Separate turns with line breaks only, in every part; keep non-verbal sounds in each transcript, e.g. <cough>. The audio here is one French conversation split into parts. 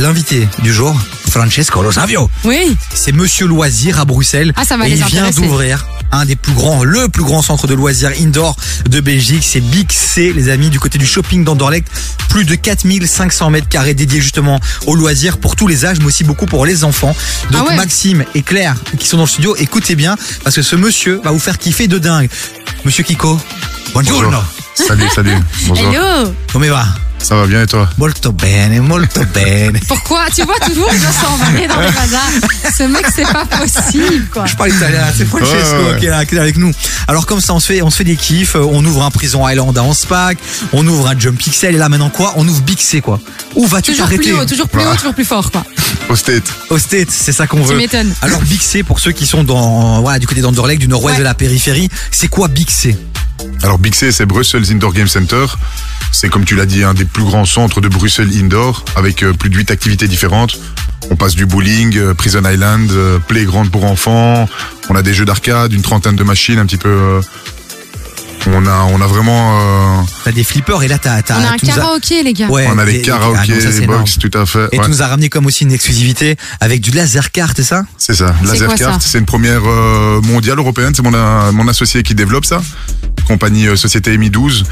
L'invité du jour, Francesco Lo Savio,
Oui.
c'est Monsieur Loisir à Bruxelles.
Ah, ça va
et
les
il vient
intéresser.
d'ouvrir un des plus grands, le plus grand centre de loisirs indoor de Belgique. C'est Big C, les amis, du côté du shopping d'Anderlecht. Plus de 4500 mètres carrés dédiés justement aux loisirs pour tous les âges, mais aussi beaucoup pour les enfants. Donc
Ah ouais.
Maxime et Claire qui sont dans le studio, écoutez bien, parce que ce monsieur va vous faire kiffer de dingue. Monsieur Kiko, bonjour.
Bonjour. Salut, salut. Bonjour.
Hello.
Come va?
Ça va bien et toi
Molto bene, molto bene.
Pourquoi Tu vois,
<laughs>
toujours, je sens embarqué dans les bazars. Ce mec, c'est pas possible, quoi.
Je parle italien, c'est Francesco
Ouais, ouais, ouais.
Qui, est là, qui est avec nous. Alors comme ça, on se fait, on se fait des kiffs. euh, On ouvre un Prison Island à Spack, on ouvre un Jump Pixel et là maintenant quoi On ouvre Big C quoi. Où vas-tu
Toujours
t'arrêter
plus haut, toujours plus haut,
Bah.
toujours plus fort, quoi.
Au state.
Au State, c'est ça qu'on
Tu
veut.
m'étonnes.
Alors Big C pour ceux qui sont dans voilà du côté d'Anderlecht, du nord-ouest
Ouais.
de la périphérie, c'est quoi Big C
Alors Big C, c'est Brussels Indoor Game Center. C'est comme tu l'as dit, un des plus grands centres de Bruxelles Indoor, avec euh, plus de 8 activités différentes. On passe du bowling, euh, Prison Island, euh, playground pour enfants. On a des jeux d'arcade, une trentaine de machines, un petit peu. euh, on a, on a vraiment. euh,
T'as des flippers et là t'as t'as
On a un
tu Bah, nous as-
karaoké, les gars.
Ouais,
on a
des-
les
des- ah non,
karaokés,
ça, c'est
les
énorme.
box, tout à fait.
Et
ouais.
tu nous as ramené comme aussi une exclusivité avec du laser card, c'est ça
C'est ça,
C'est
Laser
quoi ça
Cart, c'est une première euh, mondiale européenne, c'est mon, euh, mon associé qui développe ça, compagnie euh, Société MI 12.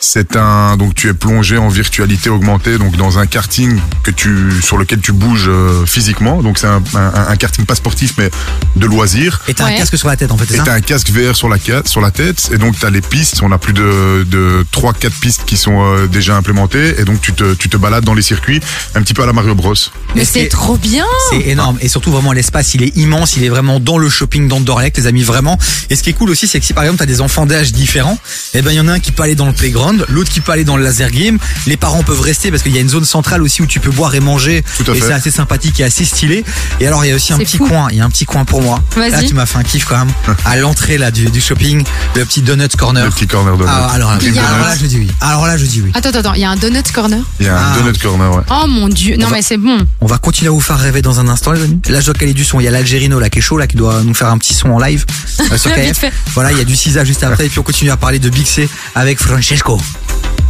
C'est un donc tu es plongé en virtualité augmentée donc dans un karting que tu sur lequel tu bouges euh, physiquement, donc c'est un, un- un karting pas sportif mais de loisirs.
Et t'as un
Ouais.
casque sur la tête en fait, c'est
Et
ça
t'as un casque VR sur la, ca- sur la tête, et donc t'as les pistes, on a plus de, de 3-4 pistes qui sont euh, déjà implémentées, et donc tu te, tu te balades dans les circuits, un petit peu à la Mario Bros.
Mais
Est-ce
c'est
que-
trop bien.
C'est énorme. Et surtout, vraiment, l'espace, il est immense. Il est vraiment dans le shopping d'Anderlecht, les amis, vraiment. Et ce qui est cool aussi, c'est que si par exemple, t'as des enfants d'âge différents, eh ben, il y en a un qui peut aller dans le playground, l'autre qui peut aller dans le laser game. Les parents peuvent rester parce qu'il y a une zone centrale aussi où tu peux boire et manger.
Tout à
et
fait.
c'est assez sympathique et assez stylé. Et alors, il y a aussi un
C'est
petit
fou.
coin. Il y a un petit coin pour moi.
Vas-y.
Là, tu m'as fait un kiff quand
<laughs>
même. À l'entrée, là, du, du shopping, le petit donut
Le
corner.
petit corner donut.
Ah, alors,
Dream
Il y a-
Donut.
alors là, je dis oui. Alors là, je dis oui.
Attends, attends, attends, il y a un donut corner.
Il y a un
Ah.
donut corner, ouais.
Oh mon dieu. Non,
va-
mais c'est bon.
On va continuer à vous faire rêver dans un instant, les amis. Là, je dois caler du son. Il y a l'Algérino, là, qui est chaud, là, qui doit nous faire un petit son en live euh, sur
<laughs> Vite
KF.
fait.
Voilà, il y a du CISA juste après. Et puis, on continue à parler de Big C avec Francesco.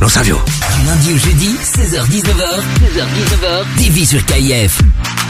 Lo Savio.
Du lundi au jeudi, 16h-19h, 16h-19h, TV sur KIF.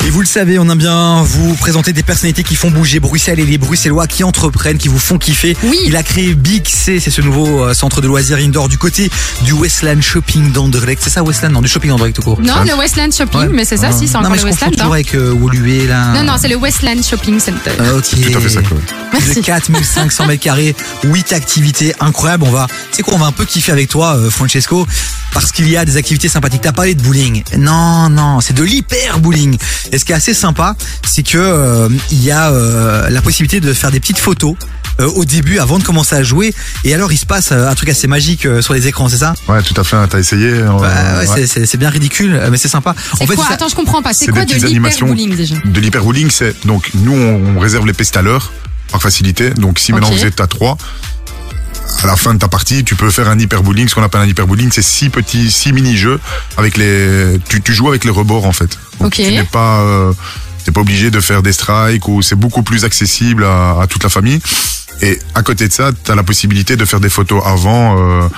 Et vous le savez, on aime bien vous présenter des personnalités qui font bouger Bruxelles et les Bruxellois qui entreprennent, qui vous font kiffer.
Oui.
Il a créé Big C, c'est ce nouveau euh, centre de loisirs indoor du côté du Westland Shopping d'Anderlecht. C'est ça, Westland Non, du Shopping d'Anderlecht au cours.
Non, le Westland Shopping,
Hein Ouais.
mais c'est ça,
Ah.
si, c'est
Non,
encore
mais
le
je confonds
Westland.
toujours
hein.
avec euh, Woluwe, là.
Non, non, c'est le Westland Shopping Center.
Ah, Ok.
Tout à fait ça, quoi.
Plus de
Merci.
4500 mètres carrés, 8 activités incroyables. On va, tu sais quoi, on va un peu kiffer avec toi, euh, Francesco, parce qu'il y a des activités sympathiques. T'as parlé de bowling. Non, non, c'est de l'hyper bowling. Et ce qui est assez sympa, c'est que euh, il y a euh, la possibilité de faire des petites photos euh, au début, avant de commencer à jouer. Et alors, il se passe euh, un truc assez magique euh, sur les écrans, c'est ça
Ouais, tout à fait, t'as essayé. euh,
Bah, ouais,
ouais.
c'est- C'est c'est bien ridicule, euh, mais c'est sympa.
C'est quoi
ça-
Attends, je comprends pas. C'est
c'est
quoi
des
de
petites animations.
l'hyper-bowling déjà
De l'hyper-bowling, c'est. Donc, nous, on, on réserve les pistes à l'heure, par facilité. Donc, si maintenant
Ok.
vous êtes à 3, à la fin de ta partie, tu peux faire un hyper-bowling. Ce qu'on appelle un hyper-bowling, c'est six petits, six mini-jeux avec les. Tu, tu joues avec les rebords, en fait. Donc,
Ok.
Tu n'es pas. euh, T'es pas obligé de faire des strikes ou c'est beaucoup plus accessible à, à toute la famille. Et à côté de ça, t'as la possibilité de faire des photos avant, euh,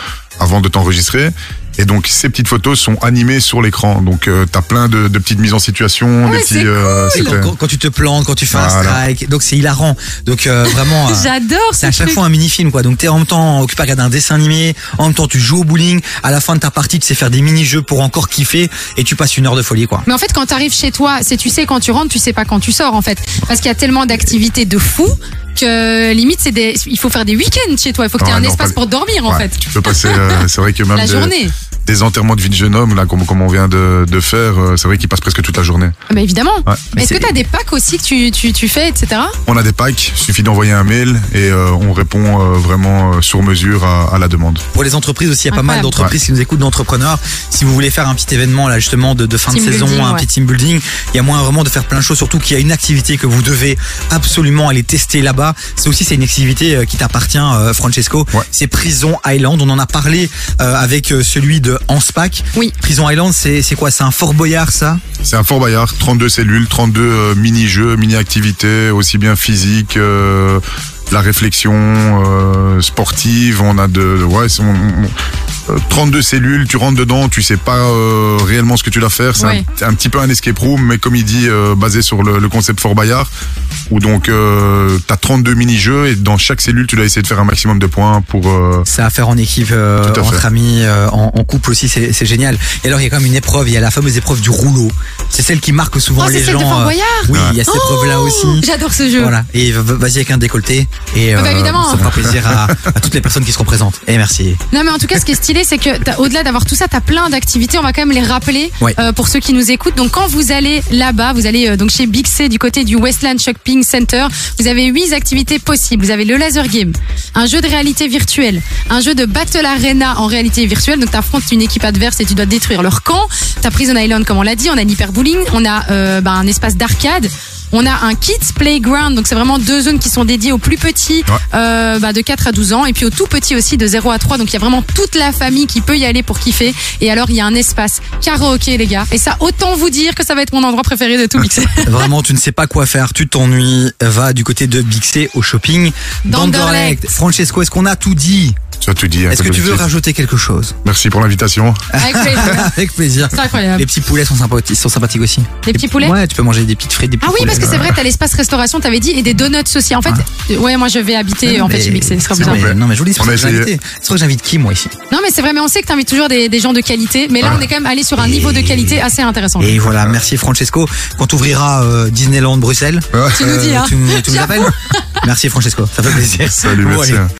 avant de t'enregistrer. Et donc ces petites photos sont animées sur l'écran. Donc euh, t'as plein de, de petites mises en situation,
Ouais,
des
c'est
petits. euh,
quand,
c'était-
quand- quand tu te plantes, quand tu fais un
Voilà.
strike, donc c'est hilarant. Donc euh,
<laughs>
vraiment. euh,
J'adore
C'est
ce
à chaque
truc.
fois un mini-film, quoi. Donc, t'es en même temps occupé à regarder un dessin animé, en même temps, tu joues au bowling, à la fin de ta partie, tu sais faire des mini-jeux pour encore kiffer, et tu passes une heure de folie, quoi.
Mais en fait, quand t'arrives chez toi, c'est tu sais quand tu rentres, tu sais pas quand tu sors en fait, parce qu'il y a tellement d'activités de fou que limite c'est des, il faut faire des week-ends chez toi. Il faut que t'aies
Ouais,
un
non,
espace
pas-
pour dormir en
Ouais,
fait.
Tu peux
<laughs>
passer. euh, c'est vrai que même
La
des,
journée.
des enterrements de vie de jeune homme, là, comme, comme on vient de, de faire, euh, c'est vrai qu'ils passent presque toute la journée.
Ah Bah évidemment.
Ouais.
Mais Est-ce
c'est-
que t'as des packs aussi que tu, tu, tu fais, etc.
On a des packs, suffit d'envoyer un mail et euh, on répond euh, vraiment euh, sur mesure à, à la demande.
Pour les entreprises aussi, il y a pas mal
Incroyable.
d'entreprises qui nous écoutent, d'entrepreneurs. Si vous voulez faire un petit événement, là, justement, de, de fin
Team
de saison,
building,
un
ouais.
petit team building, il y a moyen vraiment de faire plein de choses, surtout qu'il y a une activité que vous devez absolument aller tester là-bas. C'est aussi, c'est une activité euh, qui t'appartient, euh, Francesco.
Ouais.
C'est Prison Island. On en a parlé euh, avec euh, celui de Hanspach.
Oui.
Prison Island, c'est c'est quoi? C'est un Fort Boyard, ça?
C'est un Fort Bayard, 32 cellules, 32 euh, mini-jeux, mini-activités, aussi bien physiques, euh, la réflexion euh, sportive. On a de, ouais, c'est- on- on- euh, 32 cellules, tu rentres dedans, tu sais pas euh, réellement ce que tu vas faire. C'est un-
Ouais.
un, petit peu un escape room, mais comme il dit, euh, basé sur le, le concept Fort Bayard, où donc euh, t'as 32 mini-jeux et dans chaque cellule, tu dois essayer de faire un maximum de points pour. euh,
C'est à faire en équipe, euh,
Tout à
entre
fait.
amis, euh, en, en couple aussi, c'est c'est génial. Et alors, il y a quand même une épreuve, il y a la fameuse épreuve du rouleau. C'est celle qui marque souvent
Oh, c'est
les
celle
gens.
de Fort
euh,
Boyard
oui, il y a cette épreuve-là
Oh,
aussi.
J'adore ce jeu.
Voilà. Et v- vas-y avec un décolleté. Et euh,
Ah bah, évidemment.
ça fera plaisir à, à toutes les personnes qui seront présentes. Et merci.
Non, mais en tout cas, ce qui est stylé, c'est que t'as- au-delà d'avoir tout ça, t'as plein d'activités. On va quand même les rappeler
Ouais.
euh, pour ceux qui nous écoutent. Donc, quand vous allez là-bas, vous allez euh, donc chez Big C du côté du Westland Shopping Center. Vous avez huit activités possibles. Vous avez le laser game, un jeu de réalité virtuelle, un jeu de battle arena en réalité virtuelle. Donc, t'affrontes une équipe adverse et tu dois détruire leur camp. T'as Prison Island, comme on l'a dit. On a l'hyperbowling. On a euh, bah, un espace d'arcade. On a un kids playground, donc c'est vraiment deux zones qui sont dédiées aux plus petits,
Ouais.
euh, bah, de 4 à 12 ans, et puis aux tout petits aussi de 0 à 3. Donc il y a vraiment toute la famille qui peut y aller pour kiffer. Et alors il y a un espace karaoké, les gars. Et ça, autant vous dire que ça va être mon endroit préféré de
<laughs>
tout mix.
Vraiment, tu ne sais pas quoi faire, tu t'ennuies, va du côté de Bixé au shopping
D'Anderlecht.
d'Anderlecht. Francesco, est-ce qu'on a tout dit
tu as tout dit. hein,
Est-ce que tu veux
Patrick.
rajouter quelque
<laughs>
chose
Merci pour l'invitation.
Avec plaisir.
Avec plaisir.
C'est incroyable.
Les petits poulets sont, sympa- sont sympathiques aussi.
Les petits poulets
Ouais, tu peux manger des petites frites, des petits
Ah oui,
poulets.
parce que c'est vrai, t'as l'espace restauration, t'avais dit, et des donuts aussi. En fait, euh, ouais, moi je vais habiter en fait chez Big C. Ce sera
Non,
bizarre.
mais, non, mais je vous dis, Ah, c'est pour
On
ça
a
que j'ai
essayé.
invité. C'est pour ça que j'invite qui, moi, ici
Non, mais c'est vrai, mais on sait que t'invites toujours des, des gens de qualité. Mais là, on est quand même allé sur un niveau de qualité assez intéressant.
Et voilà, merci Francesco. Quand tu ouvriras Disneyland Bruxelles, euh,
Ouais.
Tu nous dis, hein.
tu, nous- tu nous
<laughs> J'avoue.
appelles Merci Francesco, ça fait plaisir.
Salut,
Bon,
merci. hein.
allez.